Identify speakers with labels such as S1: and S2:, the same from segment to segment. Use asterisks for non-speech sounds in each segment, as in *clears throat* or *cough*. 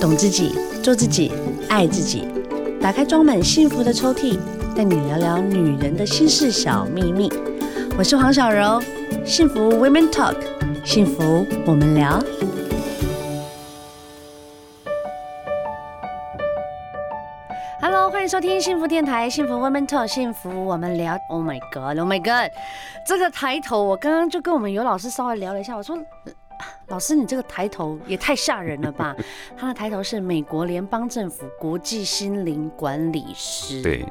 S1: 懂自己，做自己，爱自己。打开装满幸福的抽屉，带你聊聊女人的心事小秘密。我是黄小柔，幸福 Women Talk，幸福我们聊。Hello，欢迎收听幸福电台，幸福 Women Talk，幸福我们聊。Oh my God，Oh my God，这个抬头，我刚刚就跟我们尤老师稍微聊了一下，我说。呃老师，你这个抬头也太吓人了吧！他的抬头是美国联邦政府国际心灵管理师。
S2: 对，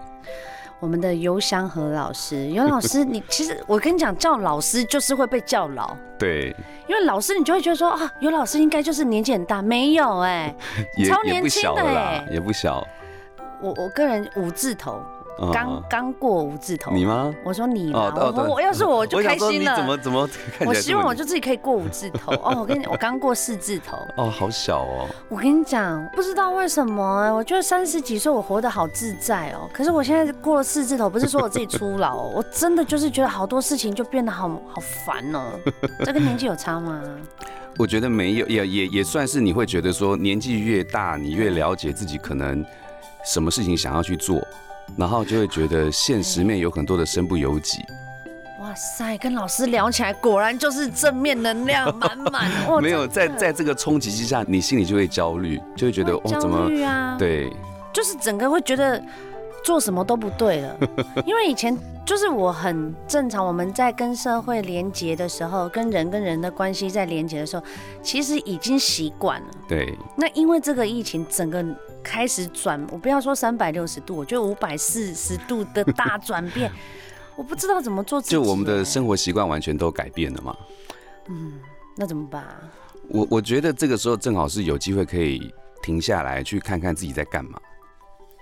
S1: 我们的尤香和老师，尤老师，你其实我跟你讲，叫老师就是会被叫老，
S2: 对，
S1: 因为老师你就会觉得说啊，尤老师应该就是年纪很大，没有哎、
S2: 也
S1: 超
S2: 也
S1: 年
S2: 不
S1: 轻
S2: 小
S1: 的
S2: 了啦，
S1: 欸
S2: 也不小。
S1: 我我个人五字头，
S2: 嗯
S1: 刚刚过五字头。
S2: 你吗？
S1: 我说你嘛，
S2: 哦哦
S1: 我说
S2: 对
S1: 我要是我我就
S2: 我
S1: 开
S2: 想说
S1: 心
S2: 你怎
S1: 了。
S2: 么怎么看起来这么
S1: 我希望我就自己可以过五字头哦！我跟你，我刚过四字头。
S2: 哦，好小哦，
S1: 我跟你讲，不知道为什么、我觉得三十几岁我活得好自在哦。可是我现在过了四字头，不是说我自己初老、哦，我真的就是觉得好多事情就变得好好烦
S2: *laughs*
S1: 哦。这跟年纪有差吗？
S2: 我觉得没有，也也也算是你会觉得说，年纪越大，你越了解自己可能什么事情想要去做，然后就会觉得现实面有很多的身不由己。
S1: 哇塞，跟老师聊起来，果然就是正面能量
S2: *laughs*
S1: 满满。哇
S2: 没有在
S1: 哦真的
S2: 在这个冲击之下，你心里就会焦虑，就会觉得
S1: 会
S2: 哦，
S1: 焦
S2: 怎么
S1: 虑啊？，
S2: 对
S1: 就是整个会觉得做什么都不对了， *laughs* 因为以前就是我很正常，我们在跟社会连接的时候，跟人跟人的关系在连接的时候，其实已经习惯了。
S2: 对
S1: 那因为这个疫情，整个开始转，我不要说三百六十度，我觉得五百四十度的大转变， *laughs* 我不知道怎么做自己。欸
S2: 就我们的生活习惯完全都改变了嘛。
S1: 那怎么办啊？
S2: 我我觉得这个时候正好是有机会可以停下来去看看自己在干嘛。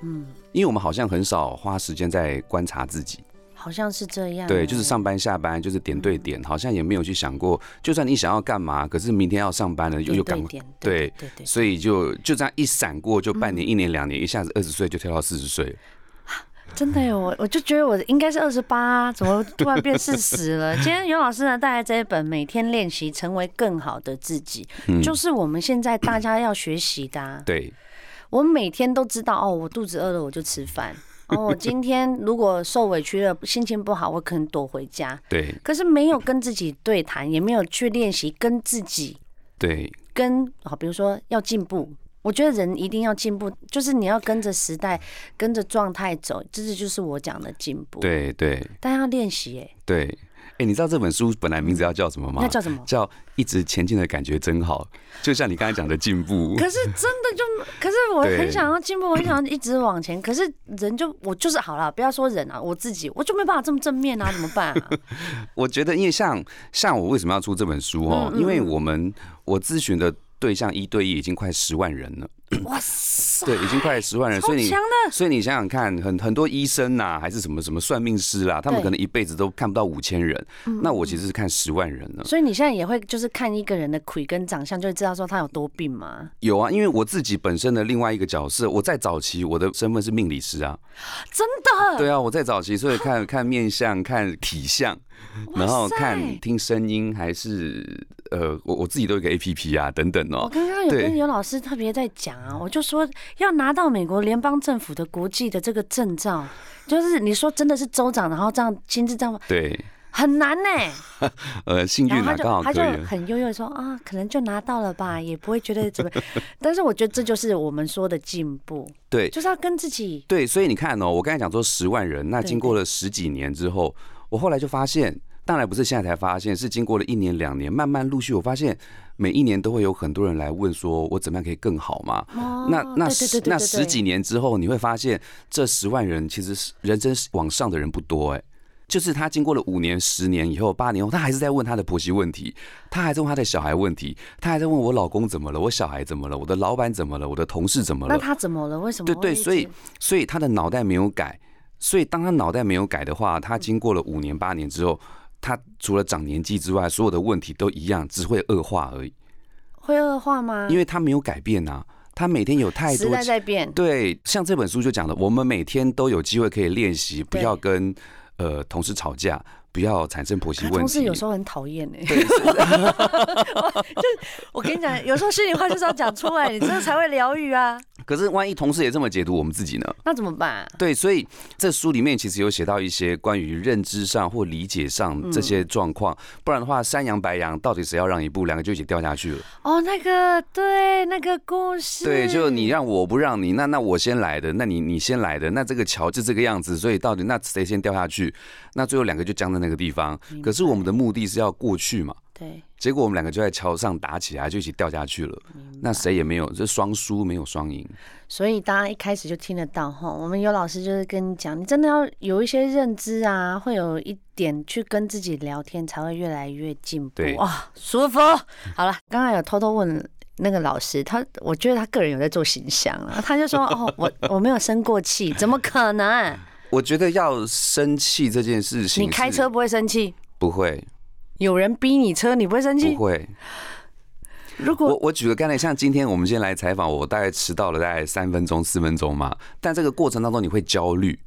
S2: 嗯，因为我们好像很少花时间在观察自己，
S1: 好像是这样。
S2: 对，就是上班下班，就是点
S1: 嗯
S2: 对点，好像也没有去想过，就算你想要干嘛，可是明天要上班了，又又赶
S1: 点点
S2: 快，对
S1: 对嗯对，
S2: 所以就就这样一闪过，就半年、一年、两年，一下子二十岁就跳到四十岁，
S1: 真的有我，我就觉得我应该是二十八，怎么突然变四十了？今天尤老师呢带来这一本《每天练习成为更好的自己》，就是我们现在大家要学习的、啊。
S2: 对，
S1: 我每天都知道哦，我肚子饿了我就吃饭。哦，我今天如果受委屈了，心情不好，我可能躲回家。
S2: 对，
S1: 可是没有跟自己对谈，也没有去练习跟自己
S2: 对，
S1: 跟好，比如说要进步。我觉得人一定要进步，就是你要跟着时代、跟着状态走，这就是我讲的进步。，
S2: 对，对，
S1: 但要练习哎，
S2: 对。哎、你知道这本书本来名字要叫什么吗？
S1: 那叫什么？
S2: 叫一直前进的感觉真好，就像你刚才讲的进步。
S1: 可是真的
S2: *laughs*
S1: 就，可是我
S2: 对
S1: 很想要进步，我很想要一直往前，可是人就我就是好了，不要说人啊，我自己我就没办法这么正面啊，怎么办
S2: *laughs*
S1: 啊？
S2: 我觉得，因为像像我为什么要出这本书
S1: 嗯
S2: 哦？因为我们我咨询的对象一对一已经快十万人了，
S1: 哇塞，
S2: 对，已经快十万人，
S1: 超
S2: 所以你
S1: 强的，
S2: 所以你想想看，很很多医生呐、还是什么什么算命师啦、他们
S1: 对嗯
S2: 可能一辈子都看不到五千人，那我其实是看十万人了。
S1: 所以你现在也会就是看一个人的魁跟长相，就会知道说他有多病吗？
S2: 有啊，因为我自己本身的另外一个角色，我在早期我的身份是命理师啊，
S1: 真的，
S2: 对啊，我在早期所
S1: *laughs*
S2: 以看看面相、看体相，
S1: 哇
S2: 然后
S1: 塞
S2: 看听声音还是呃，我我自己都有一个 A P P 啊等等哦、
S1: 我刚刚有
S2: 对
S1: 跟尤老师特别在讲啊，我就说要拿到美国联邦政府的国际的这个证照，就是你说真的是州长，然后这样亲自这样
S2: 对，
S1: 很难呢、
S2: 呃，幸
S1: 然
S2: 运
S1: 后
S2: 啊，
S1: 他就
S2: 刚好
S1: 他
S2: 可
S1: 就
S2: 以。
S1: 很悠悠地说啊，可能就拿到了吧，也不会觉得怎
S2: *laughs*
S1: 么。但是我觉得这就是我们说的进步，
S2: 对
S1: 就是要跟自己
S2: 对，所以你看哦，我刚才讲说十万人，那
S1: 对
S2: 经过了十几年之后，我后来就发现，当然不是现在才发现，是经过了一年两年，慢慢陆续我发现，每一年都会有很多人来问说，我怎么样可以更好嘛？
S1: 哦
S2: 那
S1: 对对
S2: 那
S1: 对
S2: 十
S1: 对
S2: 那
S1: 对
S2: 十几年之后，你会发现这十万人其实是人生往上的人不多哎、就是他经过了五年、十年以后、八年后，他还是在问他的婆媳问题，他还在问他的小孩问题，他还在问我老公怎么了，我小孩怎么了，我的老板怎么了，我的同事怎么
S1: 那
S2: 了。
S1: 他怎么了？为什么
S2: 对
S1: 会
S2: 对，
S1: 一直
S2: 所以所以他的脑袋没有改，所以当他脑袋没有改的话，他经过了五年、八年之后，他除了长年纪之外，所有的问题都一样，只会恶化而已，
S1: 会恶化吗？
S2: 因为他没有改变啊。他每天有太
S1: 嗯时
S2: 多
S1: 代在变，
S2: 对，像这本书就讲的，我们每天都有机会可以练习，不
S1: 对
S2: 要跟呃同事吵架，不要产生婆媳
S1: 他
S2: 问
S1: 同事
S2: 题。
S1: 有时候很讨厌哎，就是我跟你讲，有时候心里话就是要讲出来，你这才会疗愈啊。
S2: 可是万一同事也这么解读我们自己呢？
S1: 那怎么办？
S2: 对，所以这书里面其实有写到一些关于认知上或理解
S1: 嗯
S2: 上这些状况，不然的话，山羊白羊到底谁要让一步，两个就一起掉下去了。
S1: 哦，那个对，那个故事，
S2: 对，就你让我不让你，那那我先来的，那你你先来的，那这个桥就这个样子，所以到底那谁先掉下去？那最后两个就僵在那个地方。可是我们的目的是要过去嘛，
S1: 对，
S2: 结果我们两个就在桥上打起来，就一起掉下去了。那谁也没有，这双输没有双赢。
S1: 所以大家一开始就听得到哈，我们有老师就是跟你讲，你真的要有一些认知啊，会有一点去跟自己聊天，才会越来越进步
S2: 对
S1: 啊，舒服。好了，刚才有偷偷问。那个老师，他我觉得他个人有在做形象啊，他
S2: *laughs*
S1: 就说哦，我我没有生过气，怎么可能？
S2: 我觉得要生气这件事情，
S1: 你开车不会生气，
S2: 不会
S1: 有人逼你车你不会生
S2: 不
S1: 气？
S2: 会。
S1: 如
S2: 我
S1: 果
S2: 我举个概念，像今天我们今天来采访，我大概迟到了大概三分钟四分钟嘛，但这个过程当中你会焦虑。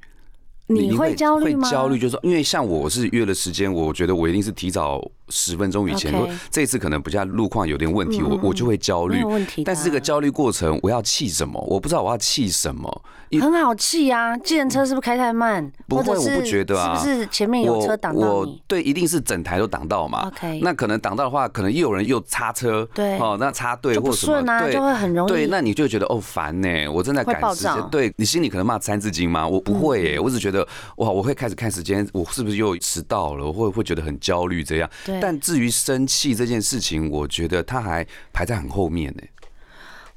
S1: 你会焦虑吗？
S2: 会焦虑，就是说，因为像我是约了时间，我觉得我一定是提早十分钟以前。
S1: OK 嗯
S2: 如果这次可能不像路况有点问题，我我就会焦
S1: 没
S2: 虑
S1: 有。问题的啊。
S2: 但是这个焦虑过程，我要气什么？我不知道我要气什么。因
S1: 很好气啊！计程车是不是开太慢？
S2: 不
S1: 或
S2: 会
S1: 者是
S2: 我不觉得啊
S1: 是不是前面有
S2: 我
S1: 车挡到
S2: 我
S1: 你
S2: 对，一定是整台都挡到嘛。
S1: ？OK，
S2: 那可能挡到的话，可能又有人又擦车，
S1: 对
S2: 哦，那插队
S1: 就
S2: 或
S1: 不
S2: 什么，
S1: 顺啊，
S2: 对
S1: 就会很容易。
S2: 对，那你就会觉得哦烦呢、我正在
S1: 会嗯
S2: 赶
S1: 暴
S2: 时间
S1: 躁。
S2: 对你心里可能骂三字经吗？我不会耶、我只觉得哇，我会开始看时间，我是不是又迟到了？我会会觉得很焦虑这样。
S1: 对
S2: 但至于生气这件事情，我觉得它还排在很后面呢、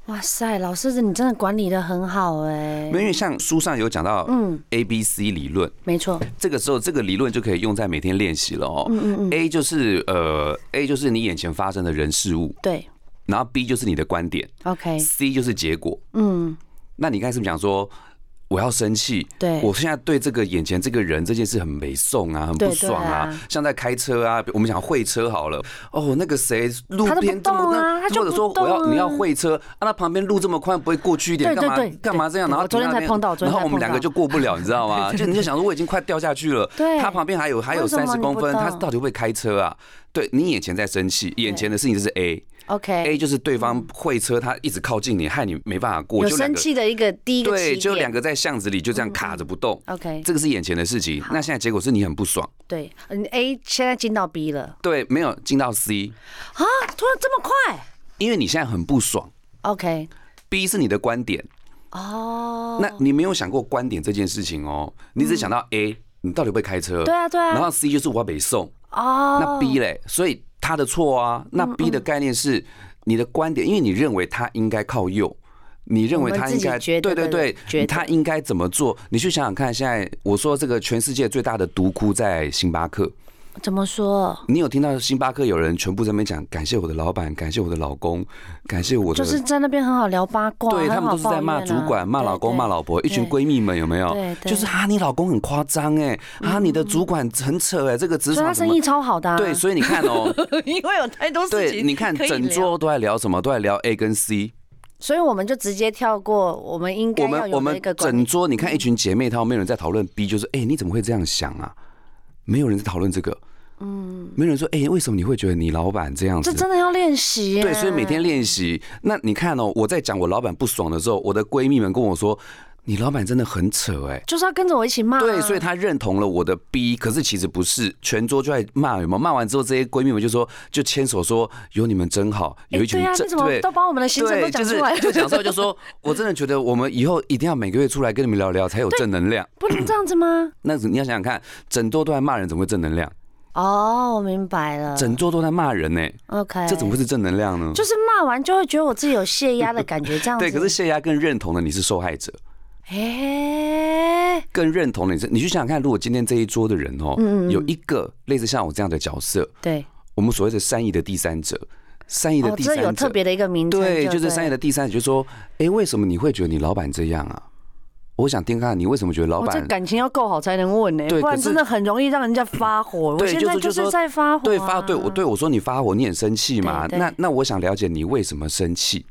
S1: 哇塞，老师你真的管理的很好哎、
S2: 因为像书上有讲到，嗯，A B C 理论，
S1: 没错，
S2: 这个时候这个理论就可以用在每天练习了哦。A 就是呃，A 就是你眼前发生的人事物，
S1: 对
S2: 然后 B 就是你的观点
S1: ，OK，
S2: ，C 就是结果。
S1: 嗯，
S2: 那你刚才是不是讲说我要生气？
S1: 对
S2: 我现在对这个眼前这个人这件事很没送啊，很
S1: 对
S2: 不爽啊。
S1: 对啊
S2: 像在开车啊，我们讲会车好了，哦，那个谁路
S1: 他都不
S2: 边这么
S1: 动啊
S2: 那
S1: 他就
S2: 或者说
S1: 不动
S2: 我要
S1: 啊
S2: 你要会车啊，那旁边路这么宽，不会过去一点
S1: 对
S2: 干嘛
S1: 对对
S2: 干嘛这样？
S1: 对
S2: 然后
S1: 我昨天
S2: 停在那
S1: 才
S2: 边
S1: 碰到昨天
S2: 然后
S1: 才
S2: 我
S1: 碰
S2: 们两个
S1: 到
S2: 就过不了，你知
S1: *laughs*
S2: 道吗？就你就想说我已经快掉下去了，
S1: 对
S2: 他旁边还有还有
S1: 为什么
S2: 三十
S1: 你
S2: 公
S1: 不
S2: 分，他
S1: 动
S2: 到底会不会开车啊？对你眼前在生气，眼前的事情就是 A。
S1: ，OK，
S2: A 就是对方会车，他一直靠近你，害你没办法过，
S1: 有
S2: 就两
S1: 生
S2: 个
S1: 气的一个第一个
S2: 对，
S1: 起
S2: 就两
S1: 点
S2: 个在巷子里就这样卡着不动，
S1: ，OK，
S2: 这个是眼前的事情。那现在结果是你很不爽，
S1: 对，嗯，A 现在进到 B 了
S2: 对，没有进到 C，
S1: 啊，突然这么快
S2: 因为你现在很不爽。
S1: ，OK，
S2: B 是你的观点，
S1: 哦，嗯
S2: 那你没有想过观点这件事情哦，你只想到 A，你到底会不会开车？
S1: 对啊对啊
S2: 然后 C 就是我要北送，
S1: 哦，嗯
S2: 那 B 嘞，所以他的错啊。那 B 的概念是你的观点，因为你认为他应该靠右，你认为他应
S1: 我们
S2: 该
S1: 自己觉
S2: 对
S1: 得
S2: 对
S1: 的觉
S2: 对，
S1: 得
S2: 他应该怎么做？你去想想看，现在我说这个全世界最大的毒窟在星巴克，
S1: 怎么说？
S2: 你有听到星巴克有人全部在那边讲感谢我的老板，感谢我的老公，感谢我的，
S1: 就是在那边很好聊八卦，很
S2: 对他们
S1: 好
S2: 都是在骂
S1: 抱
S2: 主
S1: 怨啊
S2: 管、骂老公、骂。老婆，一群
S1: 对
S2: 闺蜜们有没有
S1: 对？对嗯
S2: 就是啊，你老公很夸张哎，啊，你的主管很扯哎，这个职
S1: 对对所以
S2: 场
S1: 他
S2: 怎
S1: 生
S2: 么
S1: 意？超好的、啊，
S2: 对，所以你看哦，
S1: *laughs* 因为有太多事
S2: 对，
S1: 情，
S2: 你看整，
S1: 啊
S2: 桌都在聊什么？都在聊 A 跟 C。
S1: 所以我们就直接跳过我们应该
S2: 我
S1: 要
S2: 们
S1: 有的
S2: 我们
S1: 一个嗯管
S2: 整
S1: 理。
S2: 桌，你看一群姐妹，她们没有人在讨论 B，就是哎、你怎么会这样想啊？没有人在讨论这个，嗯，没有人说哎、为什么你会觉得你老板这样
S1: 这
S2: 子？
S1: 真的要练习、
S2: 对，所以每天练习。那你看哦，我在讲我老板不爽的时候，我的闺蜜们跟我说，你老板真的很扯哎、
S1: 就是要跟着我一起骂、啊。
S2: 对，所以她认同了我的 B，可是其实不是，全桌就在骂，有没有？骂完之后，这些闺蜜们就说，就牵手说，有你们真好，有一
S1: 哎
S2: 群
S1: 对啊，
S2: 真
S1: 你怎么都把我们的行程都
S2: 对，
S1: 讲
S2: 就
S1: 出
S2: 是
S1: 来了？
S2: 就讲出来就说，我真的觉得我们以后一定要每个月出来跟你们聊聊，才有正能量。
S1: *laughs* 不能这样子吗？
S2: 那你要想想看，整桌都在骂人，怎么会正能量？
S1: 哦，我明白了。
S2: 整桌都在骂人呢、
S1: OK，
S2: 这怎么会是正能量呢？
S1: 就是骂完就会觉得我自己有泄压的感觉，这样子。
S2: *laughs* 对，可是谢亚更认同了你是受害者，
S1: 哎、
S2: 更认同了你是。你去想想看，如果今天这一桌的人哦，
S1: 嗯
S2: 有一个类似像我这样的角色，
S1: 对，
S2: 我们所谓的善意的第三者，善意的
S1: 哦，
S2: 第
S1: 这有
S2: 三
S1: 特
S2: 者，
S1: 别的一个名称，
S2: 对，就是
S1: 对
S2: 善意的第三者，就说，哎，为什么你会觉得你老板这样啊？我想听看你为什么觉得老
S1: 我哦这
S2: 板
S1: 感情要够好才能问呢、
S2: 对
S1: 不然
S2: 可是
S1: 真的很容易让人家发火。我
S2: 对
S1: 现
S2: 就
S1: 在
S2: 是
S1: 就
S2: 就是说
S1: 在发火、啊，
S2: 对发对我对我说你发火，你很生气嘛？
S1: 对对
S2: 那那我想了解你为什么生气？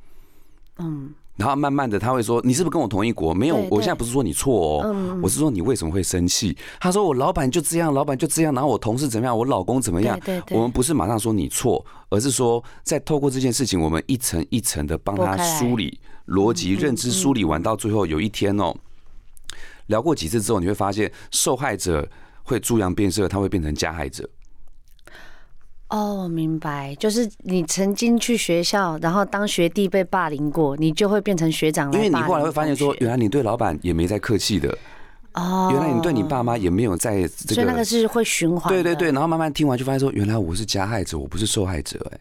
S1: 嗯，
S2: 然后慢慢的他会说：“你是不是跟我同一国？”没有，
S1: 对
S2: 我现在
S1: 对
S2: 不是说你错哦，
S1: 嗯
S2: 我是说你为什么会生气？他说：“我老板就这样，老板就这样，然后我同事怎么样，我老公怎么样。”
S1: 对对对
S2: 我们不是马上说你错，而是说在透过这件事情，我们一层一层的帮
S1: 拨
S2: 他
S1: 开来嗯
S2: 梳理逻辑、认知，梳理完到最后，有一天哦，聊过几次之后，你会发现受害者会猪羊变色，他会变成加害者。
S1: 哦，明白，就是你曾经去学校，然后当学弟被霸凌过，你就会变成学长来
S2: 因
S1: 霸凌
S2: 为你
S1: 同学。
S2: 后来会发现说，原来你对老板也没在客气的，
S1: 哦，
S2: 原来你对你爸妈也没有在这
S1: 所以那个
S2: 个。
S1: 是会循环。
S2: 对对对，，然后慢慢听完就发现说，原来我是加害者，我不是受害者、哎，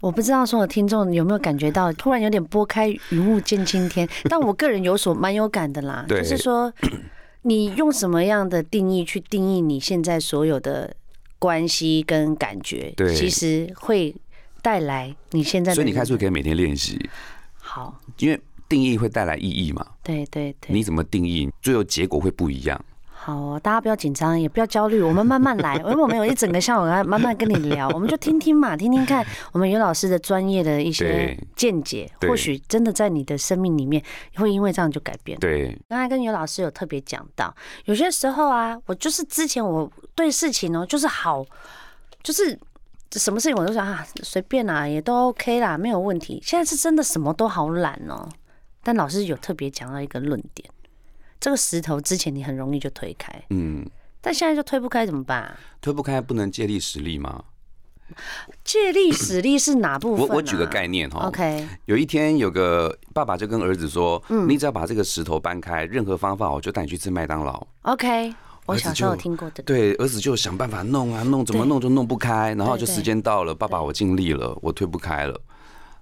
S1: 我不知道说我听众有没有感觉到，突然有点拨开云雾见青天，但我个人有所蛮有感的啦，
S2: 对
S1: 就是说
S2: *clears throat*
S1: 你用什么样的定义去定义你现在所有的关系跟感觉，
S2: 对
S1: 其实会带来你现在的。
S2: 所以你看书可以每天练习，
S1: 好，
S2: 因为定义会带来意义嘛，
S1: 对对对，
S2: 你怎么定义，最后结果会不一样。
S1: 好哦、大家不要紧张，也不要焦虑，我们慢慢来，因为我们有一整个下午来啊慢慢跟你聊，我们就听听嘛，听听看我们尤老师的专业的一些
S2: 对
S1: 见解，
S2: 对
S1: 或许真的在你的生命里面会因为这样就改变。
S2: 对，
S1: 刚才跟尤老师有特别讲到，有些时候啊，我就是之前我对事情哦，就是好，就是什么事情我都想啊，随便啦、也都 OK 啦，没有问题。现在是真的什么都好懒哦。但老师有特别讲到一个论点，这个石头之前你很容易就推开，
S2: 嗯，
S1: 但现在就推不开怎么办啊、
S2: 推不开不能借力使力吗？
S1: 借力使力是哪部分、
S2: 我
S1: 啊？
S2: 我举个概念哦哈，
S1: ，OK，
S2: 有一天有个爸爸就跟儿子说，你只要把这个石头搬开，任何方法我就带你去吃麦当劳。
S1: OK，我
S2: 儿子
S1: 小时候有
S2: 就
S1: 听过的，
S2: 对，儿子就想办法弄啊弄，怎么
S1: 对
S2: 弄就弄不开，然后
S1: 对
S2: 就时
S1: 对
S2: 间到了，爸爸我尽力了，我推不开了。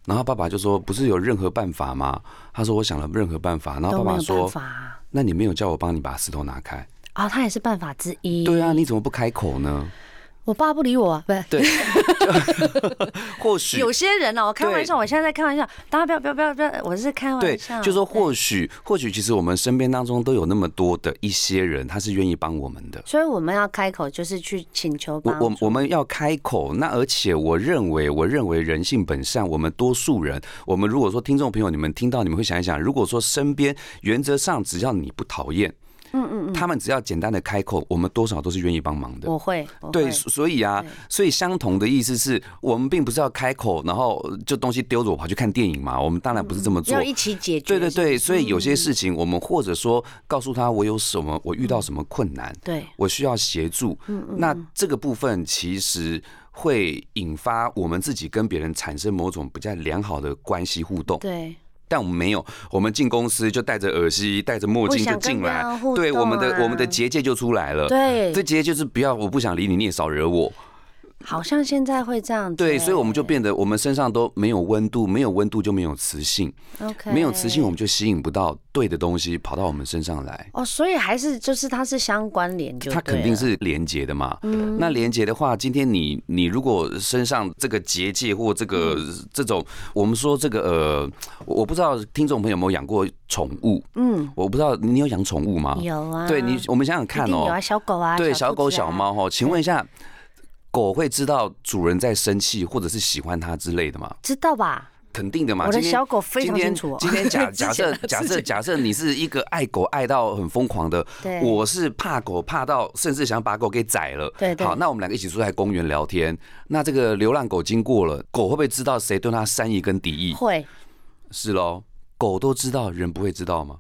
S2: 然后爸爸就说：“不是有任何办法吗？”他说：“我想了任何办法。”然
S1: 都
S2: 后
S1: 没
S2: 爸爸
S1: 有办
S2: 说
S1: 法啊，：“
S2: 那你没有叫我帮你把石头拿开？
S1: 啊它也是办法之一。
S2: 对啊，你怎么不开口呢
S1: 我爸不理我啊，不是。？”
S2: 或许
S1: 有些人哦，我开玩
S2: 对
S1: 笑，我现在在开玩笑，大家不要不要不要不要，我是开
S2: 对
S1: 玩笑，，
S2: 就说或许或许，其实我们身边当中都有那么多的一些人，他是愿意帮我们的。
S1: 所以我们要开口，就是去请求
S2: 我
S1: 帮
S2: 我
S1: 助
S2: 我们要开口，那而且我认为，我认为人性本善。我们多数人，我们如果说听众朋友，你们听到，你们会想一想，如果说身边原则上只要你不讨厌，嗯嗯嗯，他们只要简单的开口，我们多少都是愿意帮忙的。
S1: 我会，我会
S2: 对，所所以啊
S1: 对，
S2: 所以相同的意思是我们并不是要开口，然后就东西丢着我跑去看电影嘛。我们当然不是这么做
S1: 要，一起解决。
S2: 对对对，所以有些事情我们或者说告诉他我有什么，我遇到什么困难，
S1: 对
S2: 我需要协助。
S1: 嗯
S2: 那这个部分其实会引发我们自己跟别人产生某种比较良好的关系互动。
S1: 对，
S2: 但我们没有，我们进公司就戴着耳机、戴着墨
S1: 不
S2: 镜就
S1: 想跟
S2: 进
S1: 别
S2: 来
S1: 人互，
S2: 对我们
S1: 动
S2: 的我们的
S1: 啊
S2: 结界就出来了。
S1: 对
S2: 呃这结界就是不要，我不想理你，你也少惹我。
S1: 好像现在会这样子。欸
S2: 对，所以我们就变得我们身上都没有温度，没有温度就没有磁性。
S1: OK，
S2: 没有磁性，我们就吸引不到对的东西跑到我们身上来。
S1: 哦，所以还是就是它是相关联，就
S2: 它
S1: 对
S2: 肯定
S1: 了嗯
S2: 是连接的嘛。那连接的话，今天你你如果身上这个结界或这个
S1: 嗯
S2: 这种，我们说这个呃，我我不知道听众朋友有没有养过宠物，
S1: 嗯
S2: 我不知道你有养宠物吗？
S1: 有啊，
S2: 对你，我们想想看
S1: 一定有
S2: 哦
S1: 啊，，小狗啊，
S2: 对
S1: 小
S2: 小
S1: 兔
S2: 狗
S1: 子
S2: 小
S1: 啊，
S2: 猫哈，请问一下，狗会知道主人在生气或者是喜欢它之类的吗？
S1: 知道吧？
S2: 肯定的嘛。
S1: 我的
S2: 今天
S1: 小狗非
S2: 今
S1: 常
S2: 天
S1: 清楚哦
S2: *laughs* 今
S1: *laughs*
S2: 天假
S1: 之前
S2: 假
S1: 啊
S2: 设
S1: 之前
S2: 假设假设你是一个爱狗爱到很疯狂的
S1: 对，
S2: 我是怕狗怕到甚至想把狗给宰了。
S1: 对对
S2: 好，那我们两个一起坐在公园聊天，那这个流浪狗经过了，狗会不会知道谁对它善意跟敌意？
S1: 会，
S2: 是喽，狗都知道，人不会知道吗？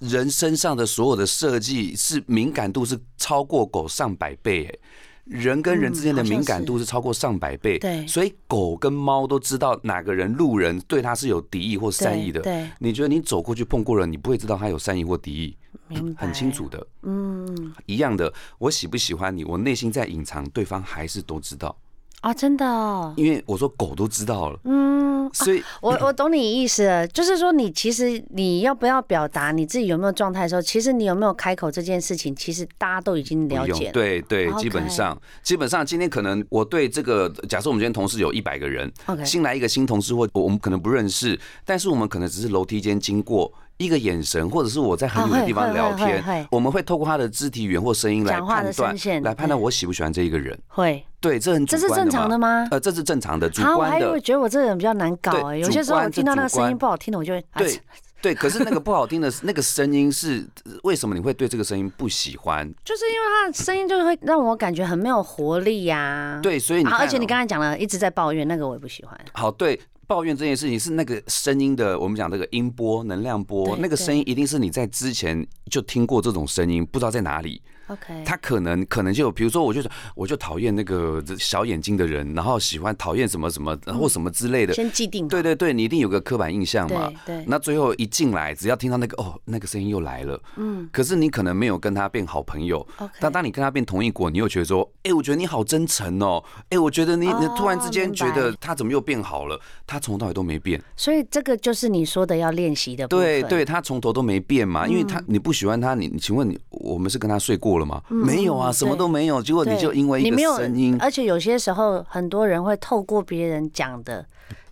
S2: 人身上的所有的设计是敏感度是超过狗上百倍、欸，人跟人之间的
S1: 嗯好像
S2: 敏感度是超过上百倍，
S1: 对
S2: 所以狗跟猫都知道哪个人路人对它是有敌意或善意
S1: 对
S2: 的。
S1: 对，
S2: 你觉得你走过去碰过了，你不会知道它有善意或敌意，
S1: 明白，
S2: 很清，楚的。
S1: 嗯，
S2: 一样的，我喜不喜欢你，我内心在隐藏，对方还是都知道，
S1: 啊，真的哦，
S2: 因为我说狗都知道了，
S1: 嗯，
S2: 所以
S1: 我我懂你意思了，就是说你其实你要不要表达你自己有没有状态的时候，其实你有没有开口这件事情，其实大家都已经
S2: 不
S1: 了
S2: 用
S1: 解了。
S2: 对对，
S1: OK
S2: 基本上基本上今天可能我对这个，假设我们今天同事有一百个人
S1: OK
S2: 新来一个新同事或我我们可能不认识，但是我们可能只是楼梯间经过。一个眼神，或者是我在很远的地方聊
S1: 啊会会会
S2: 天
S1: 会，
S2: 我们会透过他的肢体语言或声音来
S1: 讲话
S2: 判
S1: 的
S2: 断
S1: 声线，
S2: 来判断我喜不喜欢这一个人。
S1: 会，
S2: 对，这很主
S1: 这是
S2: 观
S1: 正常的
S2: 嘛？
S1: 吗？
S2: 呃，这是正常的，主
S1: 啊，我还
S2: 观
S1: 以为
S2: 的。
S1: 觉得我这个人比较难搞
S2: 对
S1: 哎、有些时候我
S2: 主观
S1: 听到那个
S2: 这主观
S1: 声音不好听的，我就会啊
S2: 对对，可是那个不好听的那个声音是为什么你会对这个声音不喜欢？
S1: 就是因为他的声音就会让我感觉很没有活力呀、
S2: 对，所以你
S1: 啊，
S2: 看
S1: 而且你
S2: 哦
S1: 刚才讲了一直在抱怨，那个我也不喜欢。
S2: 好，对，抱怨这件事情是那个声音的，我们讲这个音波、能量波，
S1: 对
S2: 那个声音一定是你在之前就听过这种声音，不知道在哪里。
S1: OK，
S2: 他可能可能就有，比如说，我就我就讨厌那个小眼睛的人，然后喜欢讨厌什么什么或什么之类的。
S1: 先既定好
S2: 对对对，你一定有个刻板印象嘛。
S1: 对对
S2: 那最后一进来，只要听到那个哦，那个声音又来了，嗯，可是你可能没有跟他变好朋友。
S1: OK
S2: 但当你跟他变同一国，你又觉得说，哎，我觉得你好真诚哦，哎，我觉得你你
S1: 哦
S2: 突然之间
S1: 明
S2: 觉
S1: 白
S2: 得他怎么又变好了？他从头到尾都没变。
S1: 所以这个就是你说的要练习的部
S2: 对
S1: 分。
S2: 对，他从头都没变嘛，
S1: 嗯
S2: 因为他你不喜欢他，你你请问你我们是跟他睡过了吗？没有啊，什么
S1: 对
S2: 都没有。结果
S1: 嗯对，
S2: 你就因为一
S1: 你
S2: 个
S1: 没有呃
S2: 声音，
S1: 而且有些时候很多人会透过别人讲的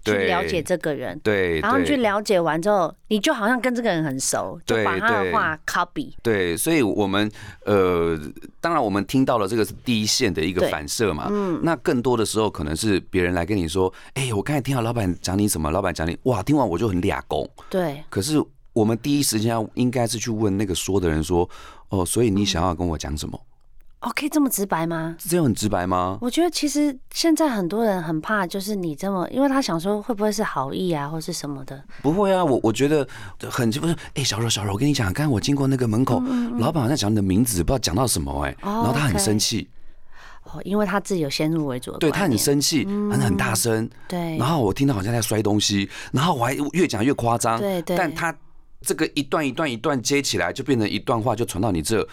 S1: 去
S2: 对
S1: 了解这个人，
S2: 对
S1: 然后去
S2: 对
S1: 了解完之后，你就好像跟这个人很熟，就
S2: 对
S1: 把他的
S2: 对
S1: 话 copy。
S2: 对，所以我们呃，当然我们听到了这个是第一线的一个
S1: 对
S2: 反射嘛。嗯，那更多的时候可能是别人来跟你说，哎，我刚才听到老板讲你什么，老板讲你，哇，听完我就很俩拱。
S1: 对，
S2: 可是我们第一时间要应该是去问那个说的人说，哦，所以你想要跟我讲什么？
S1: 哦，可以这么直白吗？
S2: 这样很直白吗？
S1: 我觉得其实现在很多人很怕，就是你这么，因为他想说会不会是好意啊，或是什么的。
S2: 不会啊，我我觉得很不是，哎、小柔小柔，我跟你讲，刚才我经过那个门口，老板好像讲你的名字，不知道讲到什么哎、
S1: 嗯哦
S2: 然后他很
S1: OK
S2: 生气，
S1: 哦，因为他自己有先入为主的
S2: 对
S1: 观
S2: 他很
S1: 念，
S2: 生气，
S1: 嗯
S2: 很很大声，
S1: 对
S2: 然后我听到好像在摔东西，然后我还越讲越夸张，
S1: 对对
S2: 但他这个一段一段一段接起来，就变成一段话就传到你这。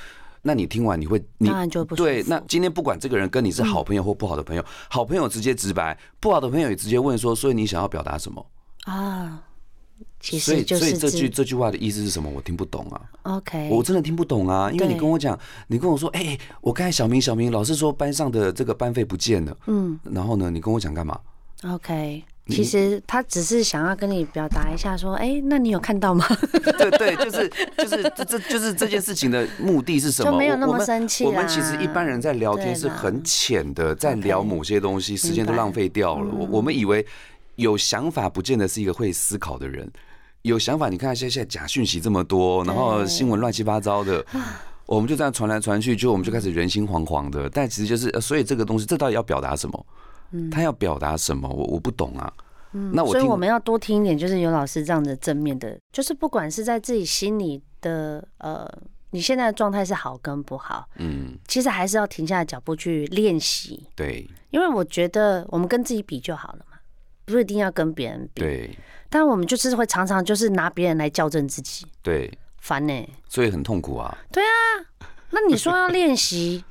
S2: 那你听完你会，你
S1: 当然就会不舒服嗯
S2: 对。那今天不管这个人跟你是好朋友或不好的朋友，好朋友直接直白，不好的朋友也直接问说，所以你想要表达什么？
S1: 啊，其
S2: 所以
S1: 实就
S2: 所以
S1: 是
S2: 这句
S1: 自
S2: 这句话的意思是什么？我听不懂啊。
S1: OK，
S2: 我真的听不懂啊，因为你
S1: 对
S2: 跟我讲，你跟我说，哎、我刚才小明小明，老师说班上的这个班费不见了，
S1: 嗯
S2: 然后呢，你跟我讲干嘛？
S1: OK。其实他只是想要跟你表达一下，说，哎、那你有看到吗？
S2: 对对，就是就是这这就是这件事情的目的是什么？
S1: 就没有
S2: 我
S1: 那么
S2: 我们
S1: 生气
S2: 我们
S1: 啦
S2: 其实一般人在聊天
S1: 对
S2: 是
S1: 啦
S2: 很浅的，在聊
S1: OK，
S2: 某些东西，时间
S1: 明白
S2: 都
S1: 嗯
S2: 浪费掉了。我我们以为有想法不见得是一个会思考的人，有想法，你看现在现在假讯息这么多，然后
S1: 对啊
S2: 新闻乱七八糟的。我们就这样传来传去，就我们就开始人心惶惶的。但其实就是，呃所以这个东西，这到底要表达什么？他要表达什么？我我不懂啊。 *laughs* 那我
S1: 嗯所以
S2: 听
S1: 我们要多听一点，就是有老师这样的正面的，就是不管是在自己心里的，呃，你现在的状态是好跟不好，
S2: 嗯，
S1: 其实还是要停下来脚步去练习，
S2: 对
S1: 因为我觉得我们跟自己比就好了嘛，不一定要跟别人比。
S2: 对
S1: 但我们就是会常常就是拿别人来校正自己，
S2: 对，
S1: 烦欸呢、
S2: 所以很痛苦啊。
S1: 那你说要练习，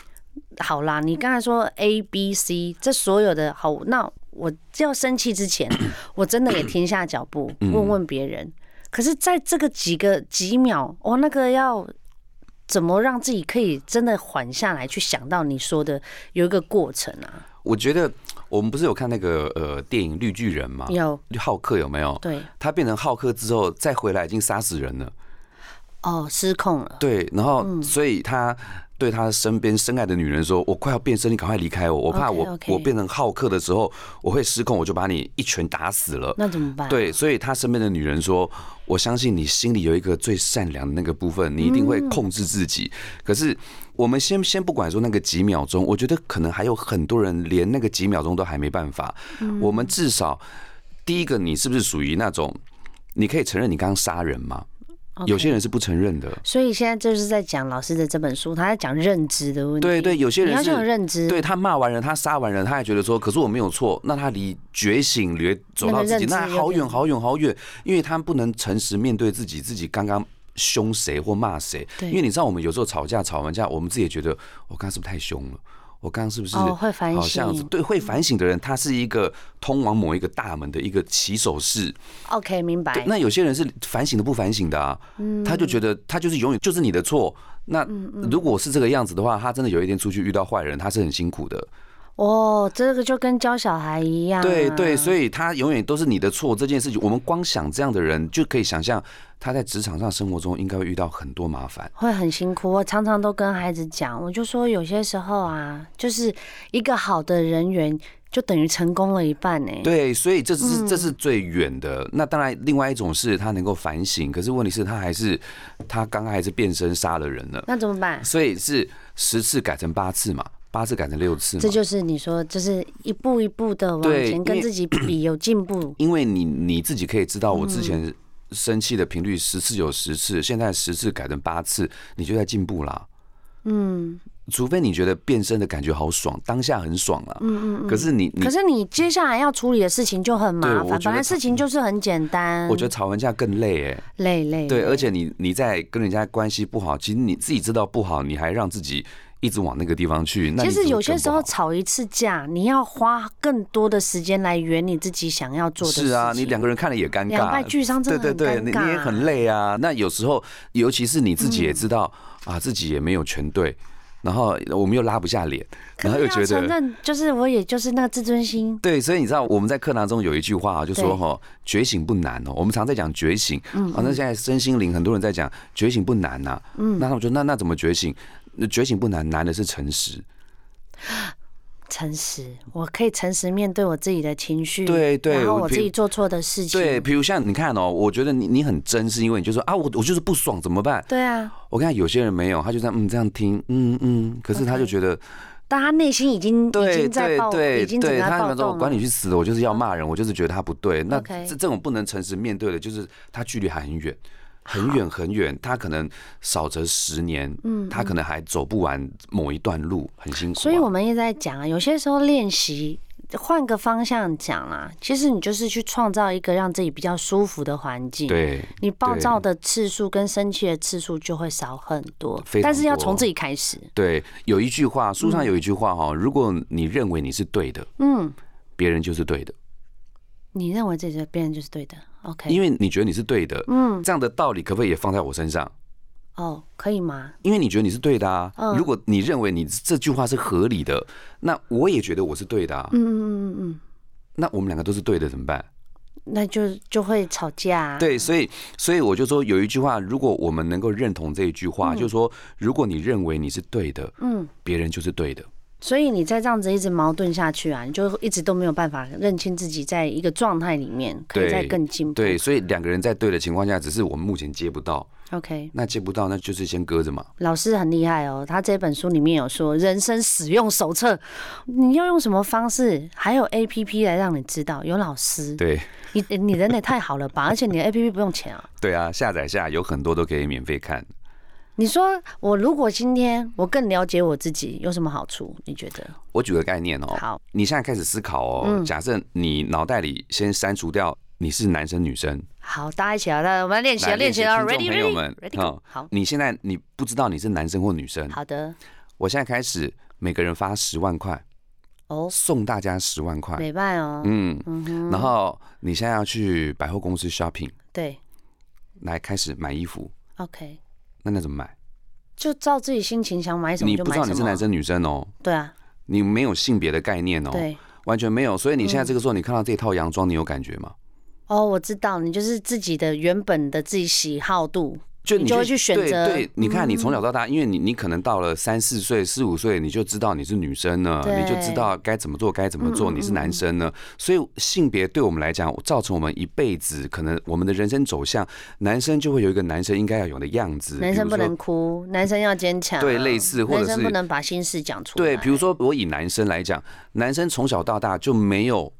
S1: 好啦，你刚才说 A、B、C 这所有的好，那我要生气之
S2: *coughs*
S1: 前，我真的也停下脚步，
S2: 嗯
S1: 问问别人。可是，在这个几个几秒，哦，那个要怎么让自己可以真的缓下来，去想到你说的有一个过程啊？
S2: 我觉得我们不是有看那个呃电影《绿巨人》吗？
S1: 有
S2: 浩克有没有？
S1: 对
S2: 他变成浩克之后再回来已经杀死人了。
S1: 哦，失控了，
S2: 对，然后
S1: 嗯
S2: 所以他对他身边深爱的女人说：“我快要变身，你赶快离开我，我怕我
S1: OK，OK
S2: 我变成浩克的时候我会失控，我就把你一拳打死了。”
S1: 那怎么办？
S2: 对，所以他身边的女人说：“我相信你心里有一个最善良的那个部分，你一定会控制自己。可是我们先先不管说那个几秒钟，我觉得可能还有很多人连那个几秒钟都还没办法。我们至少第一个，你是不是属于那种你可以承认你刚刚杀人吗？有些人是不承认的。
S1: 所以现在就是在讲老师的这本书，他在讲认知的问题。
S2: 对对，有些
S1: 你
S2: 人
S1: 要
S2: 是
S1: 先有认知，
S2: 对他骂完人，他杀完人，他还觉得说，可是我没有错，那他离觉醒、离走到自己
S1: 那个认知
S2: 那还好
S1: 有
S2: 远
S1: 点
S2: 好远好远，因为他不能诚实面对自己，自己刚刚凶谁或骂谁，
S1: 对
S2: 因为你知道我们有时候吵架吵完架，我们自己也觉得我刚刚是不是太凶了。我刚刚是不是
S1: 哦会反
S2: 好像
S1: 省嗯
S2: 对会反省的人，他是一个通往某一个大门的一个起手式。
S1: OK，明白
S2: 对，。那有些人是反省都不反省的啊，
S1: 嗯
S2: 他就觉得他就是永远就是你的错。那如果是这个样子的话，他真的有一天出去遇到坏人，他是很辛苦的。
S1: 哦，这个就跟教小孩一样、啊
S2: 对对，
S1: 以
S2: 所以他永远都是你的错这件事情，我们光想这样的人，就可以想象他在职场上、生活中应该会遇到很多麻烦。
S1: 会很辛苦。我常常都跟孩子讲，我就说有些时候啊，就是一个好的人缘，就等于成功了一半呢、，
S2: 对，所以这只是这
S1: 嗯
S2: 是最远的。那当然，另外一种是他能够反省，可是问题是，他还是他刚刚还是变身杀了人了，
S1: 那怎么办？
S2: 所以是十次改成八次嘛，八次改成六次嘛
S1: 这。就是你说，就是一步一步的往
S2: 对
S1: 前，
S2: 因
S1: 跟
S2: 为
S1: 自己比有进步。
S2: 因为你你自己可以知道，我之
S1: 嗯
S2: 前生气的频率十次有十次，现在十次改成八次，你就在进步啦。
S1: 嗯
S2: 除非你觉得变身的感觉好爽，当下很爽啦。
S1: 嗯嗯
S2: 可是你你
S1: 可，是你接下来要处理的事情就很
S2: 对
S1: 麻
S2: 我
S1: 烦，
S2: 觉
S1: 本
S2: 得
S1: 来事情就是很简单。
S2: 我觉得吵完架更累哎、
S1: 累累。
S2: 对，
S1: 累
S2: 而且你你在跟人家关系不好，其实你自己知道不好，你还让自己一直往那个地方去，那
S1: 其
S2: 你
S1: 实
S2: 只会
S1: 有些
S2: 更
S1: 时
S2: 不
S1: 候
S2: 好
S1: 吵一次架，你要花更多多的时间来圆你自己想要做的事情。
S2: 是啊，你两个人看了也尴
S1: 两败
S2: 尬，
S1: 俱伤，真
S2: 对
S1: 的
S2: 对
S1: 很尴
S2: 对，你
S1: 尬。嗯
S2: 你也很累啊。那有时候，尤其是你自己也知道、啊，自己也没有全对，然后我们又拉不下脸，
S1: 可
S2: 然后
S1: 是
S2: 又
S1: 要
S2: 觉
S1: 承
S2: 得。
S1: 认，就是我也就是那个自尊心。
S2: 对，所以你知道我们在课堂中有一句话啊，就
S1: 对嗯
S2: 说哈，觉醒不难哦。我们常在讲觉醒，啊，那现在身心灵很多人在讲觉醒不难呐。嗯，那我就那那怎么觉醒？那觉醒不难，难的是诚实。
S1: 诚实，我可以诚实面对我自己的情绪，
S2: 对对
S1: 然后
S2: 我
S1: 我自
S2: 平
S1: 己做错的事情，
S2: 对，比如像你看哦，我觉得你你很真，是因为你就说啊，我我就是不爽，怎么办？
S1: 对啊，
S2: 我看有些人没有，他就这样嗯这样听，嗯嗯，可是他就觉得
S1: 但他内心已经已
S2: 对
S1: 经在
S2: 对
S1: 暴，
S2: 对
S1: 已经整
S2: 对，
S1: 个
S2: 他
S1: 暴
S2: 想说我
S1: 动
S2: 管
S1: 了。
S2: 你去死的，我就是要骂人，我就是觉得他不对。那
S1: OK
S2: 这这种不能诚实面对的，就是他距离还很远，很远很远，他可能少则十年，嗯，他可能还走不完某一段路，很辛苦啊。
S1: 所以我们一直在讲啊，有些时候练习。换个方向讲啦、其实你就是去创造一个让自己比较舒服的环境。
S2: 对
S1: 你暴
S2: 对
S1: 躁的次数跟生气的次数就会少很多
S2: 非，常
S1: 但是要
S2: 多
S1: 从自己开始。
S2: 对，有一句话，书上有一句话哈，如果你认为你是对的，
S1: 嗯，
S2: 别人就是对的，
S1: 你认为自己的别人就是对的，OK？
S2: 因为你觉得你是对的，
S1: 嗯，
S2: 这样的道理可不可以也放在我身上？
S1: 哦，可以吗？
S2: 因为你觉得你是对的啊
S1: 嗯。
S2: 如果你认为你这句话是合理的，那我也觉得我是对的啊。
S1: 嗯嗯嗯嗯，
S2: 那我们两个都是对的，怎么办？
S1: 那就就会吵架、啊。，
S2: 对，所以所以我就说有一句话，如果我们能够认同这一句话，就是说，如果你认为你是对的，
S1: 嗯，
S2: 别人就是对的。
S1: 所以你再这样子一直矛盾下去啊，你就一直都没有办法认清自己在一个状态里面，可以
S2: 对
S1: 再更进步。
S2: 对，所以两个人在对的情况下，只是我们目前接不到，
S1: ，OK。
S2: 那接不到，那就是先搁着嘛。
S1: 老师很厉害哦，他这本书里面有说人生使用手册，你要用什么方式，还有 A P P 来让你知道，有老师。
S2: 对
S1: 你你人也太好了吧？而且你的 A P P 不用钱啊。
S2: 对啊，下载下有很多都可以免费看。
S1: 你说我如果今天我更了解我自己，有什么好处？你觉得？
S2: 我举个概念哦，
S1: 好，嗯
S2: 你现在开始思考哦，假设你脑袋里先删除掉你是男生女生，
S1: 好，大家一起来，来我们来练习啊，
S2: 来
S1: 练习啊
S2: 听众
S1: ，ready
S2: 朋友们
S1: ready ready go，
S2: 好
S1: 好
S2: 你现在你不知道你是男生或女生，
S1: 好的，
S2: 我现在开始每个人发十万块，
S1: 哦，
S2: 送大家十万块，
S1: 美拜哦，
S2: 嗯，
S1: 嗯哼，
S2: 然后你现在要去百货公司 shopping，
S1: 对
S2: 来开始买衣服，
S1: ，OK，
S2: 那那怎么买？
S1: 就照自己心情想买什么
S2: 你
S1: 就
S2: 不
S1: 买什
S2: 知道
S1: 么。啊
S2: 你是男，生女生哦，
S1: 对啊，
S2: 你没有性别的概念哦，
S1: 对，嗯
S2: 完全没有。所以你现在这个时候，你看到这套洋装，你有感觉吗？
S1: 哦，我知道，你就是自己的原本的自己喜好度，
S2: 就
S1: 你就会去选择嗯
S2: 对，对你看你从小到大，因为你你可能到了三四岁、四五岁，你就知道你是女生呢，
S1: 对嗯
S2: 你就知道该怎么做、该怎么做，你是男生呢。所以性别对我们来讲，造成我们一辈子可能我们的人生走向，男生就会有一个男生应该要有的样子，
S1: 男生不
S2: 比
S1: 能
S2: 如说。
S1: 哭，男生要坚强，啊
S2: 对类似或者
S1: 男生
S2: 是
S1: 不能把心事讲出来，
S2: 对，比如说我以男生来讲，男生从小到大就没有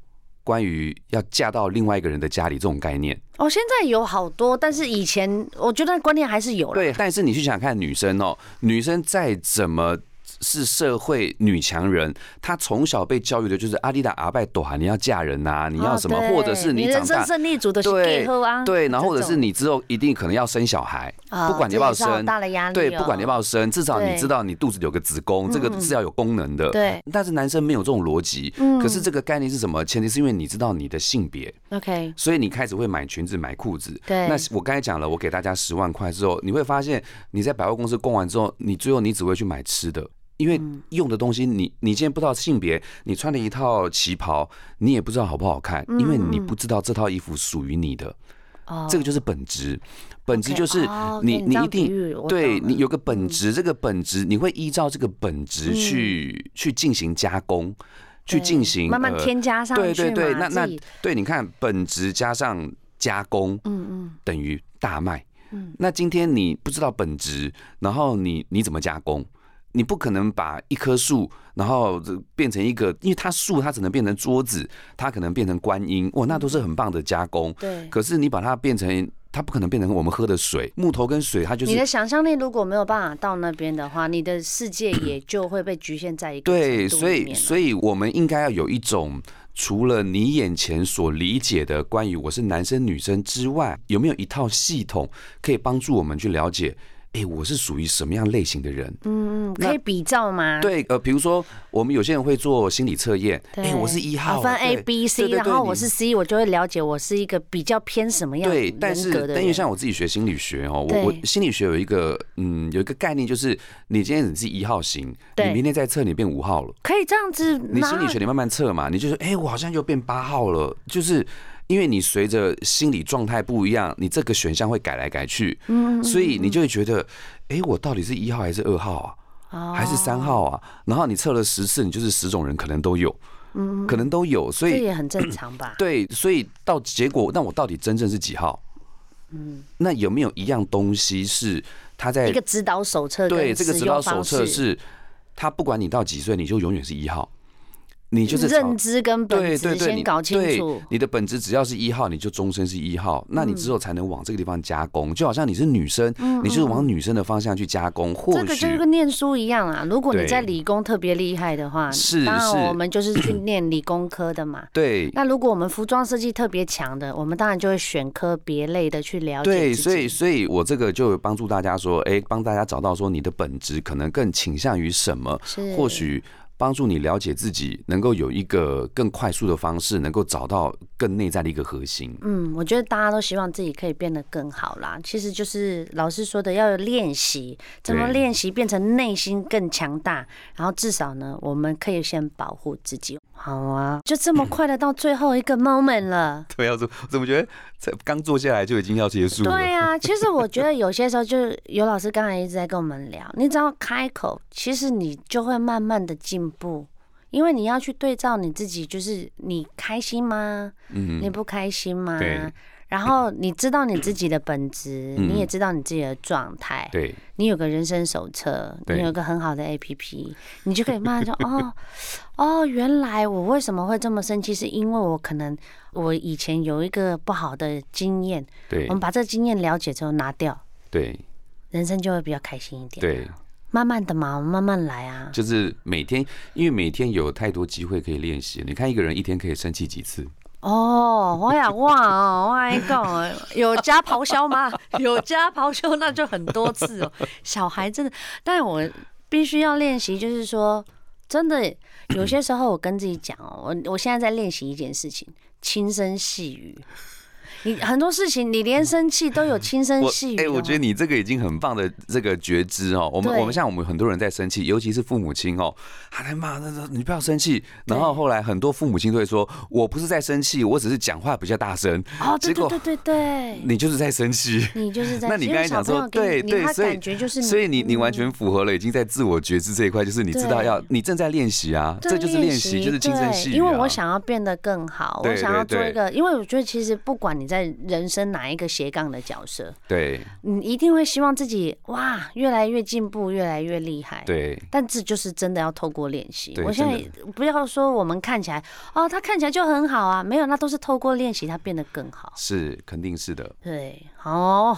S2: 关于要嫁到另外一个人的家里这种概念。
S1: 哦，现在有好多，但是以前我觉得观念还是有了。
S2: 对，但是你去想想看女生哦，女生再怎么。是社会女强人，她从小被教育的就是阿丽达阿拜朵啊，你要嫁人呐、你
S1: 你
S2: 要什么，或者是
S1: 啊哦你人
S2: 长
S1: 生
S2: 大，
S1: 胜利组的
S2: 对
S1: 啊，
S2: 对，然后或者是
S1: 这种，
S2: 你之后一定可能要生小孩，
S1: 啊
S2: 不管你要不要
S1: 这也是好
S2: 生
S1: 大的压力哦
S2: 对，不管你要不要生，至少
S1: 对嗯
S2: 你知道你肚子有个子宫，这个是要有功能的。
S1: 对嗯
S2: 但是男生没有这种逻辑，可是这个概念是什么？前提是因为你知道你的性别，
S1: ，OK，
S2: 所以你开始会买裙子、买裤子。
S1: 对
S2: 那我刚才讲了，我给大家十万块之后，你会发现你在百货公司逛完之后，你最后你只会去买吃的，因为
S1: 嗯
S2: 用的东西你，你今天不知道性别，你穿了一套旗袍，你也不知道好不好看，
S1: 嗯
S2: 因为你不知道这套衣服属于你的，
S1: 哦
S2: 这个就是本质。本质就是
S1: 哦
S2: 你，
S1: OK，这
S2: 你
S1: 样
S2: 一定
S1: 比喻我
S2: 对
S1: 懂
S2: 你
S1: 了嗯
S2: 有个本质，这个本质你会依照这个本质去去进行加工，去
S1: 对
S2: 进行
S1: 慢慢
S2: 呃
S1: 添加上去
S2: 对对对，
S1: 嘛
S2: 那
S1: 自
S2: 那
S1: 己
S2: 对，你看本质加上加工，
S1: 嗯嗯
S2: 等于大卖。
S1: 嗯
S2: 那今天你不知道本质，然后你你怎么加工？你不可能把一棵树，然后这变成一个，因为它树它只能变成桌子，它可能变成观音，哇，那都是很棒的加工。
S1: 对。
S2: 可是你把它变成，它不可能变成我们喝的水，木头跟水，它就
S1: 你的
S2: 是
S1: 想象力如果没有办法到那边的话，你的世界也就会被局限在一个
S2: 嗯对，
S1: 程度
S2: 所
S1: 里
S2: 以
S1: 面了
S2: 所以我们应该要有一种除了你眼前所理解的关于我是男生女生之外，有没有一套系统可以帮助我们去了解，哎、我是属于什么样类型的人？
S1: 嗯嗯，
S2: 那
S1: 可以比照吗？
S2: 对，呃，比如说我们有些人会做心理测验，
S1: 对，
S2: 哎、我是一
S1: 啊
S2: 号，
S1: 分
S2: 对
S1: A、B、C，
S2: 对对
S1: 然
S2: 对
S1: 后
S2: 你
S1: 我是 C，我就会了解我是一个比较偏什么样
S2: 对，
S1: 人
S2: 但是
S1: 格的
S2: 但因为
S1: 人。
S2: 像我自己学心理学哦，我我
S1: 对
S2: 心理学有一个嗯有一个概念，就是你今天你是一号型，你
S1: 对
S2: 明天再测你变五号了，
S1: 可以这样子拿，
S2: 你心理学你慢慢测嘛，你就是哎、我好像又变八号了，就是。因为你随着心理状态不一样，你这个选项会改来改去，
S1: 嗯
S2: 所以你就会觉得，哎、我到底是一号还是二号啊？
S1: 哦
S2: 还是三，号啊？然后你测了十次，你就是十种人可能都有，
S1: 嗯
S2: 可能都有，所
S1: 这
S2: 以
S1: 也很正常吧？
S2: 对，所以到结果，那我到底真正是几号？嗯，那有没有一样东西是他在
S1: 一个指导手册跟
S2: 对这个
S1: 使
S2: 指
S1: 用
S2: 导手
S1: 方
S2: 册
S1: 式
S2: 是，他不管你到几岁，你就永远是一号，你就是朝
S1: 认知跟本
S2: 对
S1: 质
S2: 对对，
S1: 先
S2: 你
S1: 搞清
S2: 对
S1: 楚。
S2: 你的本质只要是一号，你就终身是一号，那你之
S1: 嗯
S2: 后才能往这个地方加工。就好像你是女生，你就是往女生的方向去加工，或
S1: 嗯这个
S2: 许
S1: 就是跟念书一样啊，如果你
S2: 对
S1: 在理工特别厉害的话，
S2: 是
S1: 当然
S2: 是
S1: 我们就是去念理工科的嘛。
S2: 对
S1: 那如果我们服装设计特别强的，我们当然就会选科别类的去了解自己。
S2: 对，所以所以我这个就有帮助大家说，哎、帮大家找到说你的本质可能更倾向于什么，
S1: 是
S2: 或许帮助你了解自己，能够有一个更快速的方式，能够找到更内在的一个核心。
S1: 嗯，我觉得大家都希望自己可以变得更好啦。其实就是老师说的，要有练习，怎么
S2: 对
S1: 练习变成内心更强大，然后至少呢，我们可以先保护自己。好啊，就这
S2: 嗯
S1: 么快的到最后一个 moment 了。
S2: 对啊，我怎么怎么觉得这刚坐下来就已经要结束了？
S1: 对
S2: *laughs*
S1: 啊，其实我觉得有些时候就是尤老师刚才一直在跟我们聊，你只要开口，其实你就会慢慢的进步，因为你要去对照你自己，就是你开心吗？
S2: 嗯
S1: 你不开心吗？
S2: 对
S1: 然后你知道你自己的本质，
S2: 嗯
S1: 你也知道你自己的状态，
S2: 对
S1: 你有个人生手册，
S2: 对
S1: 你有一个很好的 APP，你就可以慢慢
S2: *laughs*
S1: 说哦哦，原来我为什么会这么生气，是因为我可能我以前有一个不好的经验，
S2: 对
S1: 我们把这个经验了解之后拿掉，
S2: 对
S1: 人生就会比较开心一点。
S2: 对，
S1: 慢慢的嘛，我们慢慢来啊。
S2: 就是每天，因为每天有太多机会可以练习。你看一个人一天可以生气几次？
S1: 哦，我呀，哇哦，我来讲哦，有加咆哮
S2: *laughs*
S1: 吗？有加咆哮，那就很多次哦。小孩真的，但我必须要练习，就是说，真的有些时候我跟自己讲哦，我我现在在练习一件事情，轻声细语。你很多事情，你连生气都有轻声
S2: 我
S1: 细语、哦。
S2: 哎、我觉得你这个已经很棒的这个觉知哦。我们
S1: 对
S2: 我们像我们很多人在生气，尤其是父母亲哦，还在骂那那你不要生气。然后后来很多父母亲都会说，我不是在生气，我只是讲话比较大声。
S1: 哦，对对
S2: 结果
S1: 对对对，
S2: 你就是在生气。
S1: 你就是 *laughs* 在。
S2: 那你
S1: 因为
S2: 刚才
S1: 小
S2: 讲
S1: 朋
S2: 说
S1: 友，跟你
S2: 对
S1: 你嗯
S2: 对，
S1: 他
S2: 所以
S1: 感觉就是
S2: 所以你你完全符合了，已经在自我觉知这一块，就是你知道
S1: 对
S2: 要你正在练习啊，
S1: 在
S2: 这就是练习，就是轻声
S1: 对
S2: 细语啊。
S1: 因为我想要变得更好，
S2: 对
S1: 我想要
S2: 对
S1: 做一
S2: 对
S1: 个，因为我觉得其实不管你在人生哪一个斜杠的角色，
S2: 对
S1: 你一定会希望自己哇越来越进步，越来越厉害。。
S2: 对
S1: 但这就是真的要透过练习。
S2: 对
S1: 我现在
S2: 真
S1: 不要说我们看起来哦，他看起来就很好啊，没有，那都是透过练习，他变得更好。
S2: 是肯定是的。
S1: 对，哦，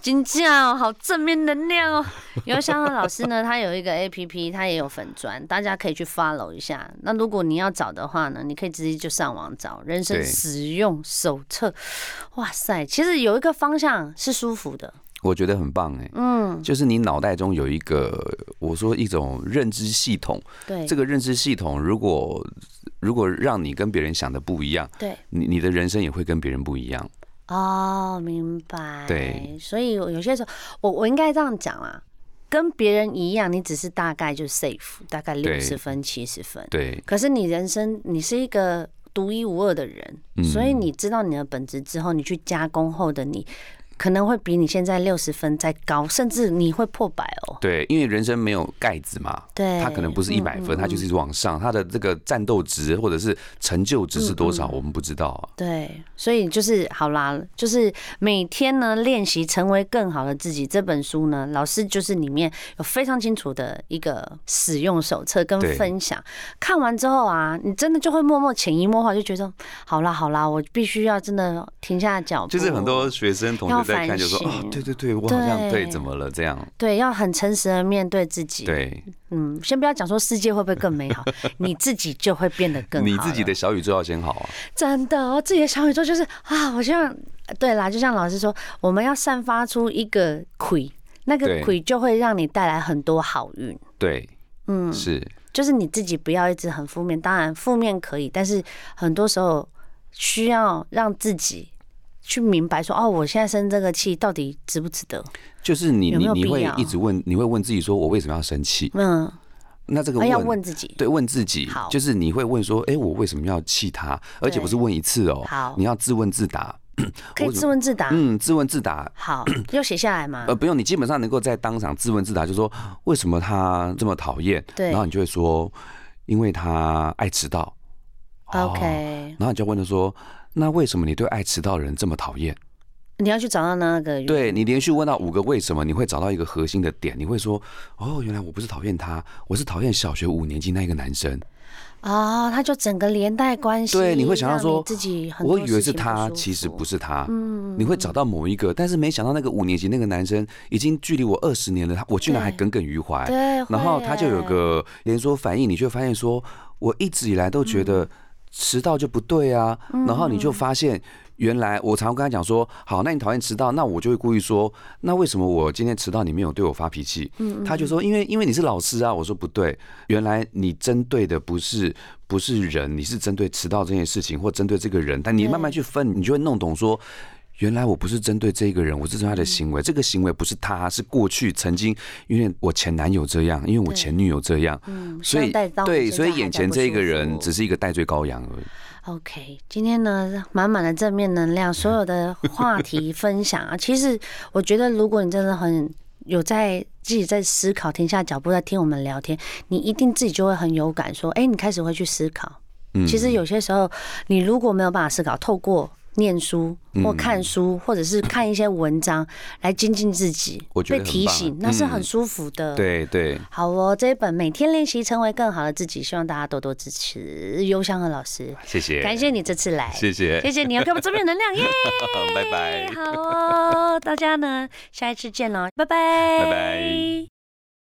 S1: 金价哦，好正面能量哦。 *laughs* 尤香香老师呢，他有一个 A P P，他也有粉砖，大家可以去 follow 一下。那如果你要找的话呢，你可以直接就上网找《人生
S2: 对
S1: 使用手册》。哇塞，其实有一个方向是舒服的，
S2: 我觉得很棒哎，嗯，就是你脑袋中有一个，我说一种认知系统，
S1: 对，
S2: 这个认知系统如果如果让你跟别人想的不一样，
S1: 对。
S2: 你你的人生也会跟别人不一样。
S1: 哦，明白。
S2: 对，
S1: 所以有有些时候，我我应该这样讲啦。跟别人一样，你只是大概就 safe，大概
S2: 对
S1: 六十分、七十分。
S2: 对，
S1: 可是你人生，你是一个独一无二的人，
S2: 嗯
S1: 所以你知道你的本质之后，你去加工后的你，可能会比你现在六十分再高，甚至你会破百哦。
S2: 对，因为人生没有盖子嘛，
S1: 对嗯
S2: 它可能不是一百分，它就是一直往上，它的这个战斗值或者是成就值是多
S1: 嗯
S2: 少，我们不知道啊。
S1: 对，所以就是好啦，就是每天呢练习成为更好的自己。这本书呢，老师就是里面有非常清楚的一个使用手册跟
S2: 对
S1: 分享。看完之后啊，你真的就会默默潜移默化就觉得，好啦好啦，我必须要真的停下脚步。
S2: 就是很多学生同学在看，就说
S1: 要反
S2: 哦
S1: 省，
S2: 对对对，我好像
S1: 对
S2: 对怎么了这样，
S1: 对，要很诚实的面对自己。，
S2: 对
S1: 嗯，先不要讲说世界会不会更美好， *laughs* 你自己就会变得更好了。
S2: 你自己的小宇宙要先好啊，
S1: 真的，哦我自己的小宇宙就是啊，我希望对啦，就像老师说，我们要散发出一个魁，那个
S2: 对
S1: 魁就会让你带来很多好运。
S2: 对，嗯，是
S1: 就是你自己不要一直很负面，当然负面可以，但是很多时候需要让自己去明白说，哦，我现在生这个气到底值不值得？
S2: 就是你
S1: 有没
S2: 你
S1: 有
S2: 你
S1: 必
S2: 会
S1: 要
S2: 一直问，你会问自己说，我为什么要生气？
S1: 嗯，
S2: 那这个
S1: 要问自己。
S2: 对，问自己
S1: 好，
S2: 就是你会问说，哎、我为什么要气他？而且
S1: 对
S2: 不是问一次哦，
S1: 好啊
S2: 你要自问自答。
S1: 可以
S2: 我怎
S1: 自问自答。
S2: 嗯，自问自答，
S1: 好，要写下来嘛
S2: 呃，。不用，你基本上能够在当场自问自答，就说为什么他这么讨厌，
S1: 对
S2: 然后你就会说，因为他爱迟到。哦
S1: OK，
S2: 然后你就问他说，那为什么你对爱迟到的人这么讨厌？
S1: 你要去找到那个原
S2: 对你连续问到五个为什么，你会找到一个核心的点，你会说，哦，原来我不是讨厌他，我是讨厌小学五年级那一个男生。
S1: 哦，他就整个连带关系，
S2: 对你会想到
S1: 让你
S2: 说
S1: 自己很多
S2: 我以为
S1: 事情
S2: 是
S1: 不
S2: 他，
S1: 舒
S2: 其实
S1: 服
S2: 不是他。
S1: 嗯
S2: 你会找到某一个，但是没想到那个五年级那个男生已经距离我二十年了，他我居然还
S1: 对
S2: 耿耿于怀。
S1: 对，
S2: 然后
S1: 会
S2: 他就有
S1: 耶
S2: 个连锁反应，你就发现说，我一直以来
S1: 嗯
S2: 都觉得迟到就不对啊，然后你就发现。原来我常跟他讲说，好，那你讨厌迟到，那我就会故意说，那为什么我今天迟到你没有对我发脾气？
S1: 嗯
S2: 他就说，因为因为你是老师啊。我说不对，原来你针对的不是不是人，你是针对迟到这件事情，或针对这个人。但你慢慢去分，你就会弄懂说，原来我不是针对这个人，我是针对他
S1: 嗯
S2: 的行为。这个行为不是他，是过去曾经因为我前男友这样，因为我前女友这样，
S1: 嗯
S2: 所
S1: 现
S2: 以
S1: 在到
S2: 对，
S1: 现
S2: 所以
S1: 在还
S2: 眼
S1: 在
S2: 前
S1: 不
S2: 这
S1: 舒
S2: 个人
S1: 服
S2: 只是一个戴罪羔羊而已。
S1: OK，今天呢，满满的正面能
S2: *laughs*
S1: 量，所有的话题分享啊，其实我觉得，如果你真的很有在自己在思考，停下脚步在听我们聊天，你一定自己就会很有感，说，哎、你开始会去思考。
S2: 嗯，
S1: 其实有些时候，你如果没有办法思考，透过念书或看书，或者是看一些文章来精进自己
S2: 嗯我，觉
S1: 被
S2: 得很
S1: 提
S2: 棒
S1: 醒，那是很
S2: 嗯
S1: 舒服的。
S2: 对对，
S1: 好哦，这一本《每天练习成为更好的自己》，希望大家多多支持尤香和老师。
S2: 谢谢，
S1: 感谢你这次来，
S2: 谢谢，
S1: 谢谢你要给我们正面能
S2: *laughs*
S1: 量耶！
S2: 拜拜。
S1: 好哦，大家呢，下一次见喽，拜拜，
S2: 拜拜。